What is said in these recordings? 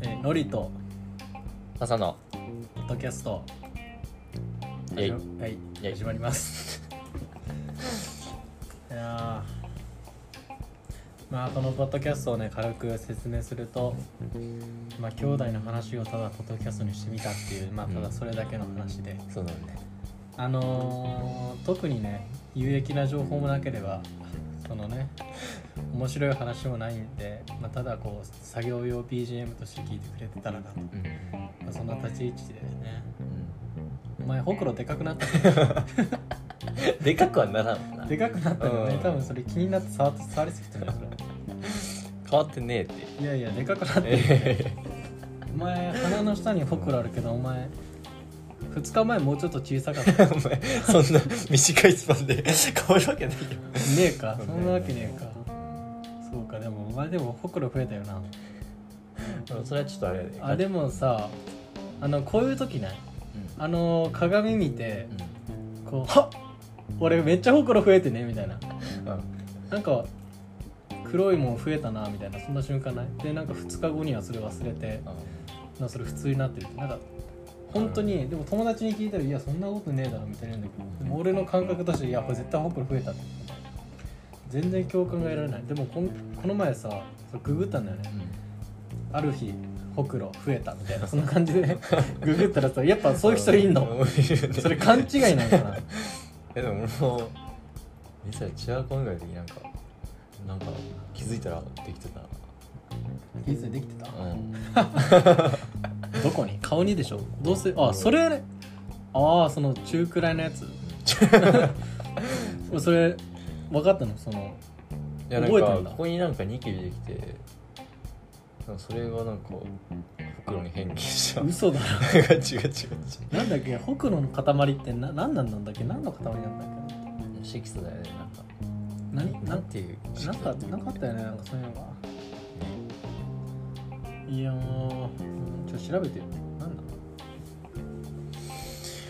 えーのりと朝のポッドキャストイェイ始まはいイェイ始まりますいやーまあこのポッドキャストをね軽く説明するとまあ兄弟の話をただポッドキャストにしてみたっていうまあただそれだけの話で、そうなんであのー特にね有益な情報もなければそのね面白い話もないんで、まあ、ただこう作業用 BGM として聞いてくれてたらなと、まうん、あ、そんな立ち位置でねうお前ほくろでかくなったねん、でかくはならんもんなでかくなったよねうん多分それ気になって触って触りすぎてるよそれ変わってねえっていやいやでかくなってるねえお前鼻の下にほくろあるけどお前2日前もうちょっと小さか ったねお前そんな短いスパンで 変わるわけないよえかそんなわけねえかそうかでもお前でもほくろ増えたよなそれはちょっとあれやであでもさあのこういう時ねあの鏡見てうこう「はっ俺めっちゃほくろ増えてね」みたいなんうんなんか黒いもん増えたなみたいなそんな瞬間ないでなんか2日後にはそれ忘れてなそれ普通になってるなんか本当にでも友達に聞いたら「いやそんなことねえだろ」みたいな言うんだけどでも俺の感覚として「いやこれ絶対ほくろ増えた」って全然共感が得られないでもこんこの前さそれググったんだよねある日ほくろ増えたみたいなそんな感じ でググったらさやっぱそういう人いんのうんいるねそれ勘違いなのかな えでも俺も実際中学校ぐらいの時なんかなんか気づいたらできてたいつできてたうんどこに顔にでしょどうせあそれ、ああその中くらいのや つそれ分かったのそのいやなん覚えてんかだここになんかニキビできてなんかそれがなんか袋に変形した違う嘘だろ違う違うなんだっけほくろの塊ってな何なんなんだっけ何の塊なんだっけ色素だよねなん何かななんんていうなんかねなかったよねなんかそういうのがいやーうんちょっと調べてよなんだ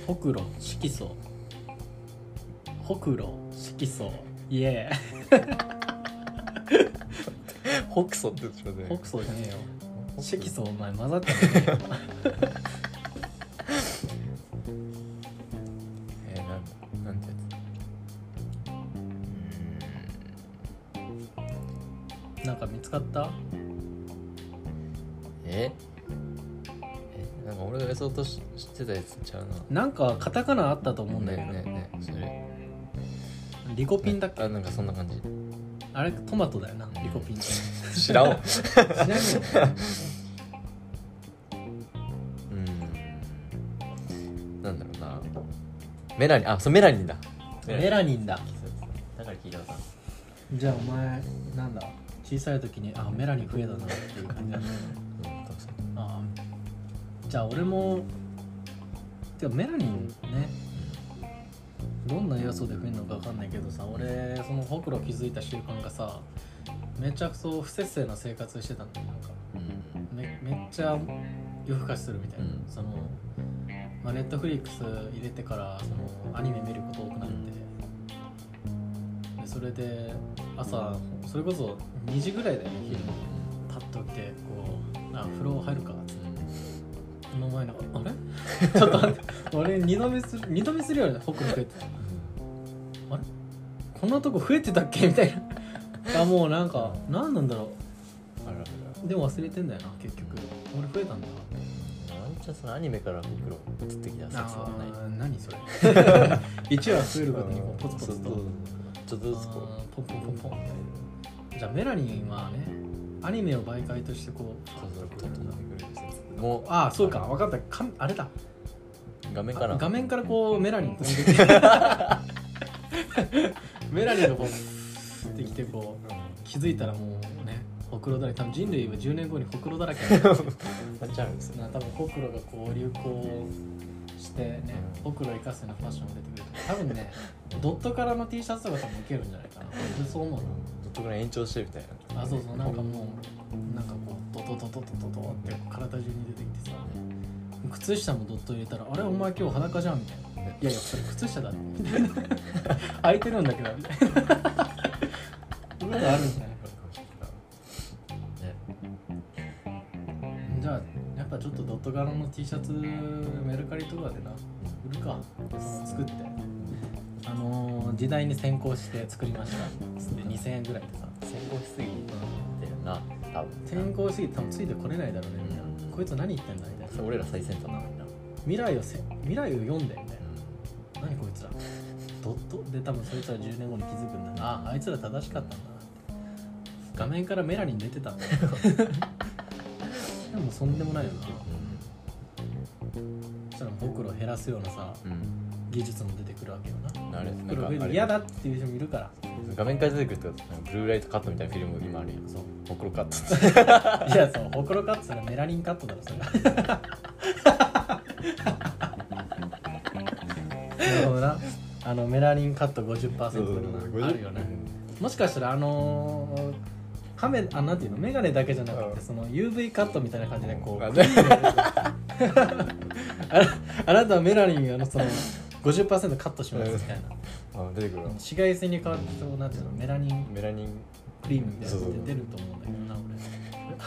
ほくろ色素ほくろ色素イエ北素っーてことだよほねくそじゃねえよ色素お前混ざってえー、なんだなんてやるなんか見つかったつええなんか俺が予想とし知ってたやつちゃうななんかカタカナあったと思うんだねけど、ねねそれリコピンだっけあなんかそんな感じあれトマトだよなリコピン って知らんわ知らんようんなんだろうなメラニンあそうメラニンだメラニンだンだから聞いたことあるじゃあお前なんだ小さい時にあメラニン増えたなっていう感じだねうんたくさんあーじゃあ俺もてかメラニンねどんな要素で増えるのか分かんないけどさ俺そのほくろ気づいた習慣がさめちゃくそ不節制な生活してたんだよなんかうんめめっちゃ夜更かしするみたいな、うんその、まあ、ネットフリックス入れてからそのアニメ見ること多くなって、でそれで朝それこそ2時ぐらいだよね昼のパッと起きてこうあ風呂入るかその前のあれ ちょっと待って俺二度目する二度目するよねほくろ増えてたこんなとこ増えてたっけみたいなあもうなんか何なんだろあらあらうでも忘れてんだよな結局俺増えたんだワンチャンそのアニメから袋移ってきた説はないあー何 それ一話増えることにこうポツポツとちょっあとずつこーポンポンポンポンじゃあメラニンはねアニメを媒介としてこううそうそう整ってくれる説もうああそうか分かったかあれだ画面から画面からこうメラニン飛んできて メラニンがこうってきてこう気づいたらもうねほくろだらけ多分人類は10年後にほくろだらけになるなっちゃうんですよな多分ほくろがこう流行してねうんほくろを生かすようなファッションが出てくると多分 ねドットからの T シャツとか多分いけるんじゃないかな俺そう思うなずっとぐらい延長してみたいなあそうそうなんかもうなんかこうドドドドドドドって体中に出てきてさ靴下もドット入れたら「あれお前今日裸じゃん」みたいな「いやいやそれ靴下 だ」みたいな空いてるんだけどみたいなそういうのあるんじゃないか柄の T シャツメルカリとかでな売るかその作ってあのー時代に先行して作りましたつって2000円ぐらいでさ成功しすぎてるな多分転校して多分ついてこれないだろうねみたいな、うんこいつ何言ってんだみたいなそれ俺ら最先端なのにな、未来をせ未来を読んでみたいな何こいつらドットで多分そいつら10年後に気づくんだなああいつら正しかったんだなって画面からメラニン出てたんだ でもそんでもないよなそしたらもう僕らを減らすようなさうんうん技術も出てくるわけよなあれなこれんかあれ嫌だっていう人もいるから画面から出てくるってことなんかブルーライトカットみたいなフィルム今あるやんそうほくろカットっていやそうほくろカットそれメラニンカットだろそれなるほどなあのメラニンカット50%のなあるよねもしかしたらあのー、カメあなんていうのメガネだけじゃなくうてんその UV カットみたいな感じでこうああねらあなたはメラニンあのその50%カットしますみたいなあ出てくるわ紫外線に変わってそうなんていうのメラニンメラニンクリームみたいなのって出ると思うんだけどな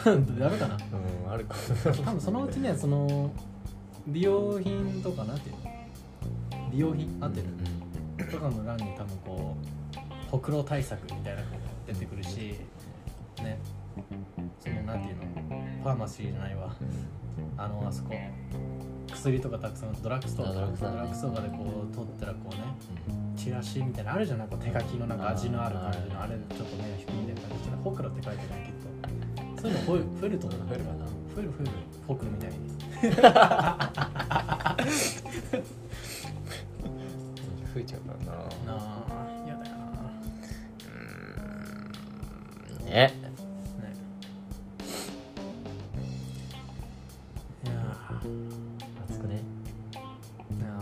俺 ダメかなうんあるか多分そのうちねその美容品とかなんていうの美容品合ってるとかの欄に多分こうほくろ対策みたいなのが出てくるしねそのなんていうのファーマシーじゃないわあのあそこ薬とかたくさんドラッグストアあドラッグストアねグストアでこう取ったらこうねチラシみたいなのあるじゃないこう手書きのなんか味のある感じのあれちょっと目が低いみたいな感じしたらほくろって書いてないきっとそういうの増え増えると思う増えるか増なえる増えるフォークみたいに増えちゃうからななあ嫌だよなねねいやあ暑くねなあ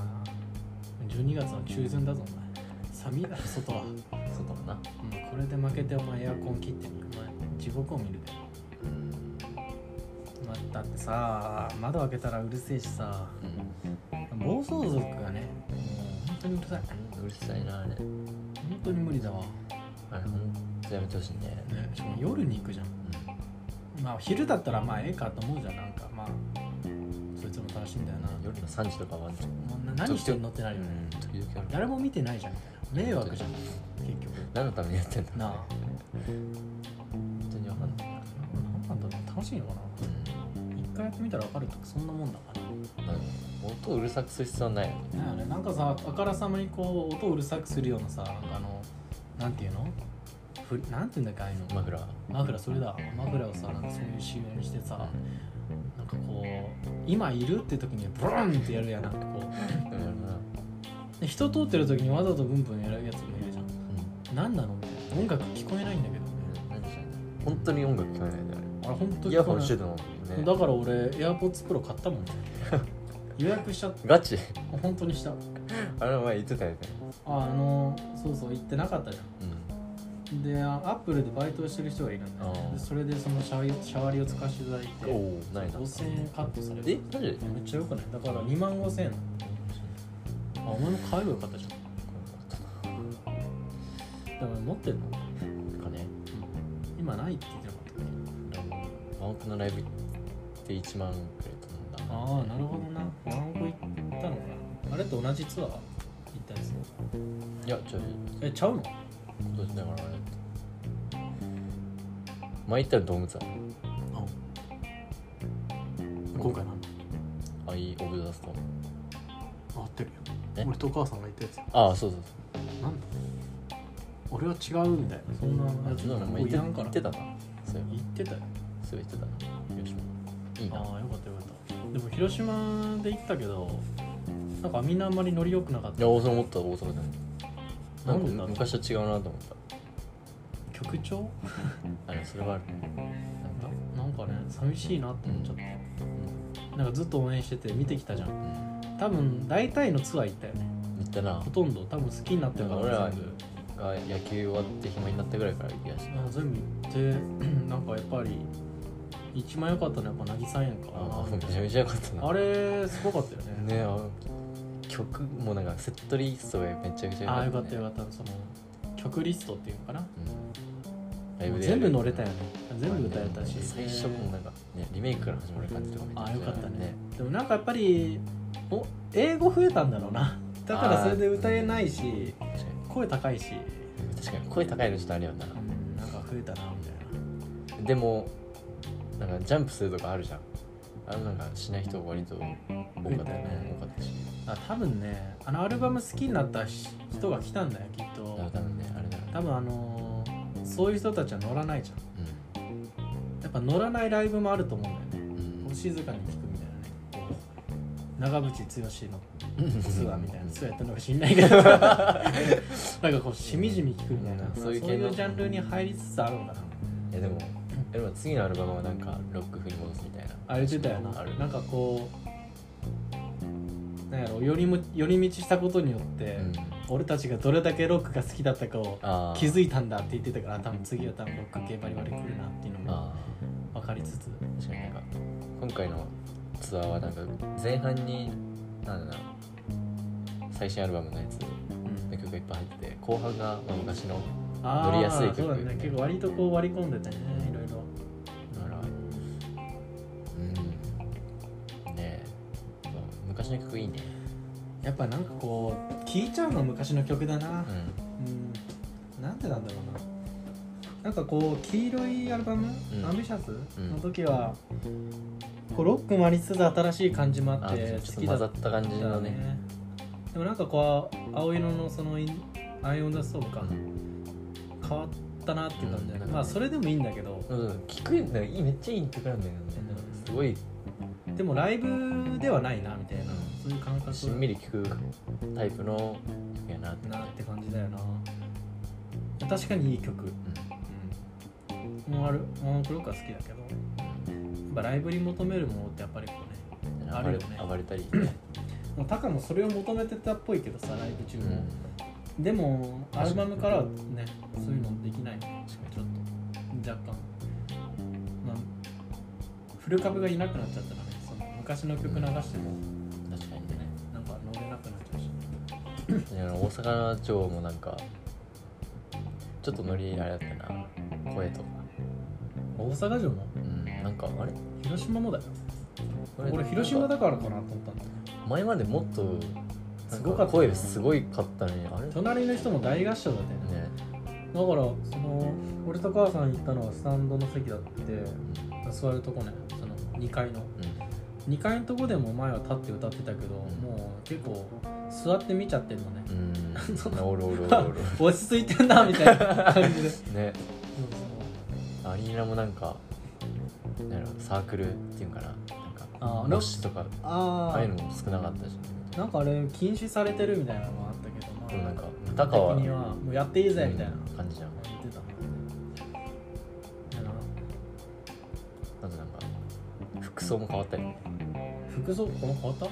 12月の中旬だぞお前寒いだろ外は、うん、外もなこれで負けてお前エアコン切ってみお前地獄を見るで、まあ、だってさ窓開けたらうるせえしさ暴走族がねもう本当にうるさいうんうるさいなあれ本当に無理だわねあれほんとやめてほしいねしかも夜に行くじゃんまあ昼だったらまあええかと思うじゃんなんかまあそいつも楽しいんだよなうん夜の3時とかはもうな何してんのってなるよね時々ある誰も見てないじゃんみたいな迷惑じゃん結局何のためにやってんだなあ本当にわかんない何ななんだろう楽しいのかな一回やってみたら分かるとかそんなもんだからうんなんか音をうるさくする必要はないよねねあれなんかさあからさまにこう音をうるさくするようなさなんかあのなんていうのふなんていうんだっけああいうのマフラーマフラーそれだマフラーをさなんかそういう仕様にしてさなんかこう今いるって時にブルーンってやるやんなんかこううんやるなで人通ってる時にわざとブンブンやるやつもいるじゃんうん何なのみたいな音楽聞こえないんだけどね何してんの本当に音楽聞こえないんだよあれ本あ当れ聞イヤこホえンなしていてもねだから俺 AirPods Pro 買った もんね予約しちゃってガチ本当にしたああれ前言ってたよねあのそうそう行ってなかったじゃうんんであアップルでバイトをしてる人がいるんだよああでそれでそのシャワリシャワリを使わせていただいておおないな5000円カットされてえマジでめっちゃよくないだから2万5000円あお前も買えばよかったじゃんでも持ってんの金今ないって言ってなかったっけワンオクのライブ行って1万くれたんだああなるほどなワンオク行ったのかなあれと同じツアー行ったんですよいやちょいえちゃうの今年だからあれ前行ったらドームツアーあ今回なアイ・オブ・ザ・ストーン合ってるえよ俺とお母さんが言ったやつよああそうそうなんだ俺は違うんだよそんなそうやあつそうなのも前うい行ってらんか行らってたなそういえ言ってたよばそういえば行ってたな広島いいなああよかったよかったでも広島で行ったけどなんかみんなあんまりノリ良くなかっいたや大阪思った大阪じゃないなんでだなんかろう昔と違うなと思った曲調あれそれはあるななんかね寂しいなって思っちゃってなんかずっと応援してて見てきたじゃんうん多分大体のツアー行ったよね行ったなほとんど多分好きになってるか俺らら全部が野球終わって暇になったぐらいから行きだしあ全部行って なんかやっぱり一番良かったのはやっぱ渚園かああめちゃめちゃ良かったなあれすごかったよねねあ曲もなんかセットリストがめちゃくちゃ良ああよかねったよかったその曲リストっていうのかなうんライブでや全る部乗れたよね全部歌えたし最初もなんかねリメイクから始まる感じとかめちゃあくちゃあよかったねでもなんかやっぱりお英語増えたんだろうな だからそれで歌えないし確か声高いし、に確かに声高いのちょっとあれよなうん、なんか増えたなみたいなでもなんかジャンプするとかあるじゃんあのなんかしない人割と多かったよね多かったしあ多分ねあのアルバム好きになったし人が来たんだよきっとあ多分ねあれだ多分あのーそういう人たちは乗らないじゃんうやっぱ乗らないライブもあると思うんだよねんうんこう静かに聴くみたいなねこう長渕剛のツアーみたいなツアーやったのか知んないけどなんかこうしみじみ聴くみたいな、うんそそうういいうう系のジャンルに入りつつあるんだないやでもでも次のアルバムはなんかロック振り戻すみたいなあれ言ってたよなあるなんかこうなんやろ寄りむ寄り道したことによって、うん俺たちがどれだけロックが好きだったかをあー気づいたんだって言ってたからあ多分次は多分ロック系バリバリ来るなっていうのもあ分かりつつー確かになんか今回のツアーはなんか前半になんだろうな最新アルバムのやつの曲がいっぱい入ってて後半がまあ昔のあー乗りやすい曲そうだね結構割とこう割り込んでたねいろいろだからうんねえそう昔の曲いいねやっぱなんかこう聴いちゃうの昔の曲だなうんうんなんでなんだろうななんかこう黄色いアルバム「うんアンビシャス」んの時はこうロックもありつつ新しい感じもああってちょっ好ときだ混っざたった感じのねでもなんかこう青色のそのインアイオンダストーブか、変わったなっていう感じだねうんまあそれでもいいんだけどうん聞くんだいいめっちゃいい曲なんだけどねうんなんかすごいでもライブではないなみたいなそういう感覚しんみり聞くタイプの曲やなってなって感じだよな確かにいい曲、うん、もうあるモノクロックは好きだけどやっぱライブに求めるものってやっぱりこうねうんあるよね暴れたりねもうタカもそれを求めてたっぽいけどさライブ中うんも、でもアルバムからはねそういうのできないね確かちょっと若干まあ古株がいなくなっちゃったらねその昔の曲流してもに確かに ねなんか乗れなくなっちゃうしいや大阪城もなんかちょっとノリあれだったな声とか大阪城もうんなんかあれ広島もだよこれ俺広島だからかなと思ったんだよ前までもっとすごかった声すごいかったのにあれね隣の人も大合唱だったよねだからその俺と母さん行ったのはスタンドの席だって座るとこねその2階の2階のとこでも前は立って歌ってたけどもう結構座って見ちゃってるのねうんうんそおるおるおるおる落ち着いてんなみたいな感じでそうねそうアリーナもなんかなんやろサークルっていうんかななんかあーロッシュとかあああいうあのも少なかったしなんかあれ禁止されてるみたいなのもあったけどまあでもなんか基高は本的にはもうやっていいぜみたいなうん感じじゃん言ってたなあとなんか服装も変わったりね服装この変わったあ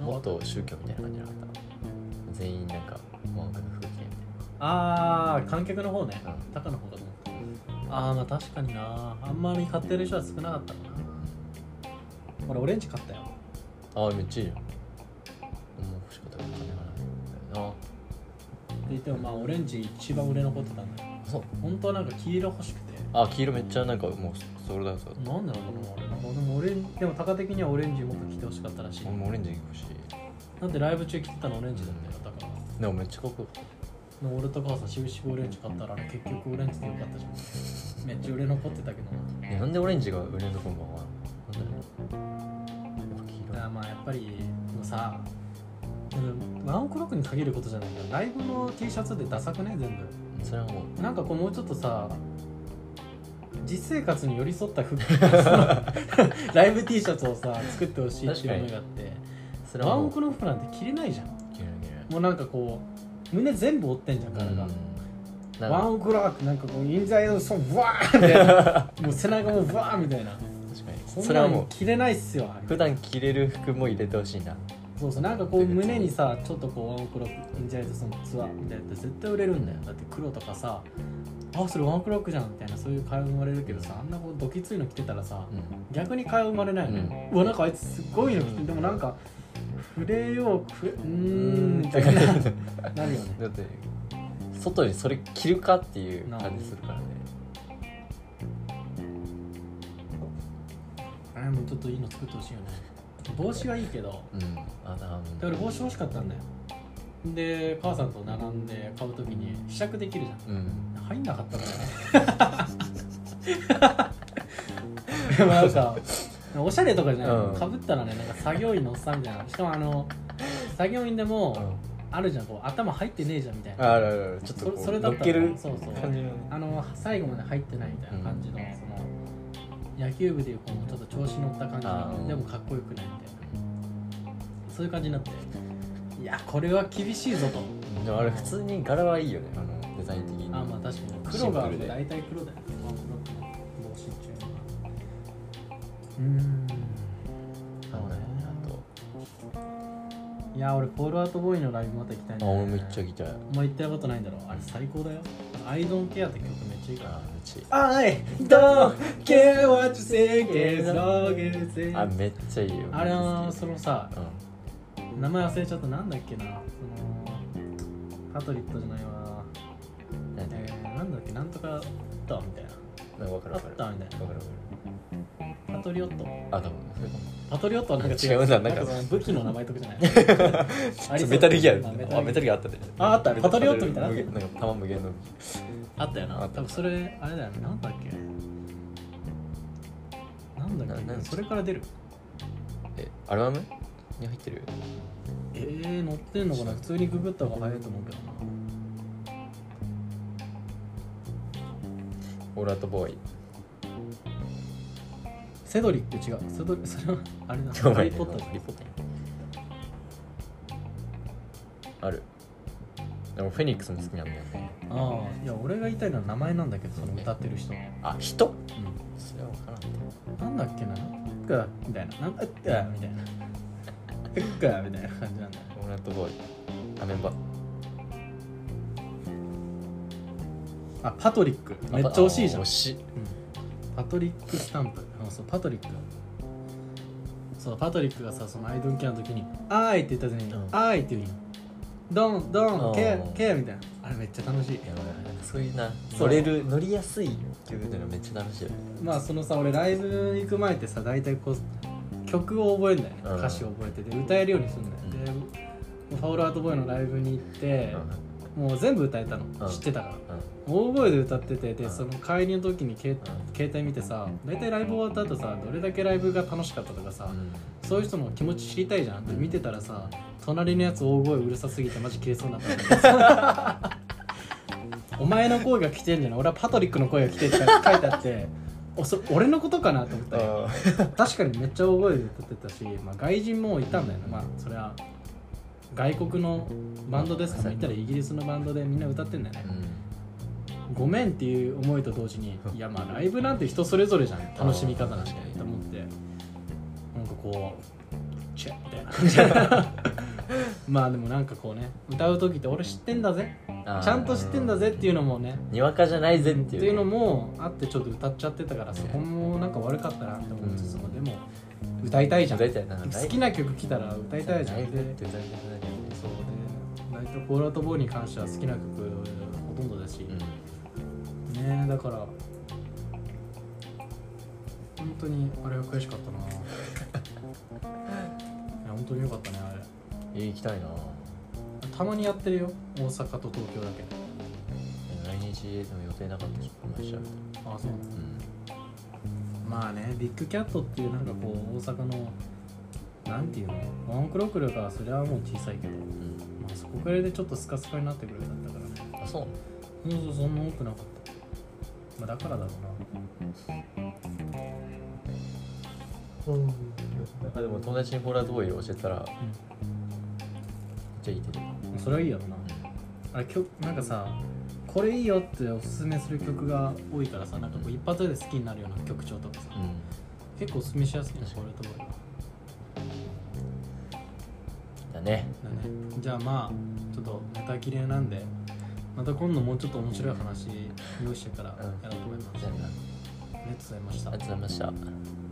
のもっと宗教みたいな感じじゃなかった全員なんかワンオクの服着てみあー観客の方ねたいな高の方だと思ったあーまあ確かになあんまり買ってる人は少なかったかなほらオレンジ買ったよああめっちゃいいじゃんもう欲しかったから金がなっいて言ってもまあオレンジ一番売れ残ってたんだよあそう本当はなんか黄色欲しくてあ黄色めっちゃなんかもうそれだよそれなんだろうな俺なんかでもオレンでも高的にはオレンジもっと着てほしかったらしい俺もオレンジ欲しいなんでライブ中着てたのオレンジだったよだからでもめっちゃかっこよかっでも俺と母さんしぶしぶオレンジ買ったらあれ結局オレンジでよかったじゃんめっちゃ売れ残ってたけどなたえなんでオレンジが売れるのかもわからんなんだろうだからまあやっぱりでもさうんワンオクロックに限ることじゃないけどライブの T シャツってダサくね全部黄色それはもうなんかこうもうちょっとさ実生活に寄り添った服そ のライブ T シャツをさ作ってほしいっていう思いがあってそれワはンもオうクロックなんて着れないじゃん着れない着れないもうなんかこう胸全部折ってんじゃん体が、なんワかンオクロックなんかこうインザイドソンブワー ンってもう背中もブワーンみたいな確かにそそんれはなものう着れないっすよあれ普段着れる服も入れてほしいなそうそうなんかこう胸にさちょっとこうワンオクロックインジャイズそのツアーみたいなのって絶対売れるんだよだって黒とかさあそれワンオクロックじゃんみたいなそういう会話生まれるけどさあんなこうドキついの着てたらさうん逆に会話生まれないよね、うわなんかあいつすごいの着てでもなんか触れよう触れうーんみたいななるよねだって外にそれ着るかっていう感じするからねあれもちょっといいの作ってほしいよね帽子はいいけどうんあなうんで俺帽子欲しかったんだよで母さんと並んで買う時に試着できるじゃんうん入んなかったからねで もなんかおしゃれとかじゃない、うんかぶったらねなんか作業員のおっさんみたいなしかもあの作業員でもあるじゃんこう頭入ってねえじゃんみたいなあるあるあるちょっとこそうそれだ乗っったけらるそうそう感じのねあの最後まで入ってないみたいな感じの,、うそんの野球部でいうこのちょっと調子乗った感じあーのでもかっこよくないみたいなそういう感じになっていやこれは厳しいぞとでもあれ普通に柄はいいよねあのデザイン的にあまあ確かにシ黒ンがプルで大体黒だよねワンブロックの帽子っていうのはうーんそあうのねねあといや俺ポールアウトボーイのライブまた行きたいんあだよね俺めっちゃ行きたいお前行ったことないんだろあれ最高だよアイドンケアって曲めっちゃいいからあうち I don't care what you think as long as it あめっちゃいいよあれのそそのさうん名前忘れちゃったなんだっけなそのパトリットじゃないわなんだっえー、なんだっけなんとかだみたいなけなんか分かるあ分っかるたみたい分かる分かなパトリオットるあ多分それかもパトリオットはなんか違う違うななんかその武器の名前とか じゃないありそうメタルギアあメあメタルギアあったでああったパトリオットみたいなのあったなよんか弾無限のあったよあなった多分それあれだよねなんだっけなんだっなけなんそれから出るえアルバムに入ってるえー、載ってんのかな普通にググった方が早いと思うけどなオールアウトボーイセドリック違うセドリ それはあれだおハ前リー・ポッターじゃハんリーポッターあるでもフェニックスも好きなんだよねああいや俺が言いたいのは名前なんだけどその歌ってる人、うあ人ん、それは分からんなんだっけななんかみたいななんかみたいなみたいなみたいな感じなんだよオールアウトボーイあメンバーあパトリックあめっちゃ惜しいじゃんあ惜しいパトリック・スタンプあそうパトリックそうパトリックがさそのアイドルキャの時に「あーい」って言った時にうん「あーい」って言うのドンうドんンケーケーみたいなあれめっちゃ楽しいいやなんかそういうなそう乗れる乗りやすい曲っていうのがめっちゃ楽しいよねまあそのさ俺ライブ行く前ってさ大体こう曲を覚えるんだよね、うん歌詞を覚えてて歌えるようにするんだよ、でファウルアウトボーイのライブに行ってうん、もう全部歌えたの、うん知ってたからうん大声で歌っててうでんその帰りの時に携う携帯見てさ大体ライブ終わった後さどれだけライブが楽しかったとかさ、んそういう人の気持ち知りたいじゃんって見てたらさ隣のやつ大声うるさすぎてマジ切れそうになったんだけどお前の声が来てんじゃない俺はパトリックの声が来てって書いてあっておそ俺のことかなと思ったよ確かにめっちゃ大声で歌ってたし、まあ、外人もいたんだよねまあそれは外国のバンドですから言ったらイギリスのバンドでみんな歌ってんだよねごめんっていう思いと同時にいやまあライブなんて人それぞれじゃん楽しみ方なんてと思ってなんかこうチェッみたいな感じまあで もなんかこうね歌う時って俺知ってんだぜちゃんと知ってんだぜっていうのもねにわかじゃないぜっていう,、っていうのもあってちょっと歌っちゃってたからそこもなんか悪かったなって思いつつもでも歌いたいじゃん大体な好きな曲来たら歌いたいじゃん大で体って大体だけどねそうでナイト・コール・アウト・ボーイに関しては好きな曲ほとんどだし、ねえだから本当にあれは悔しかった ないや本当に良かったねあれうんえ行きたいなたまにやってるよ大阪と東京だけ来日の予定なかったしこの人うあそうんまあねビッグキャットっていうなんかこう大阪のなんていうのワンクロックルがそれはもう小さいけど、まうんあ、そこくらいでちょっとスカスカになってくるようになったからねあそうそうそうそんな多くなかった、まあ、だからだろうなうんあでも友達にフォーラーズボーイを教えたらめっちゃいいけどそれはいいやろなあれ曲なんかさこれいいよっておすすめする曲が多いからさなんかこう一発で好きになるような曲調とかさ、うん結構おすすめしやすいね確か俺と俺はだねだねじゃあまあちょっとネタ切れなんでまた今度もうちょっと面白い話用意してからやろうと思います、じゃあありがとうございましたありがとうございました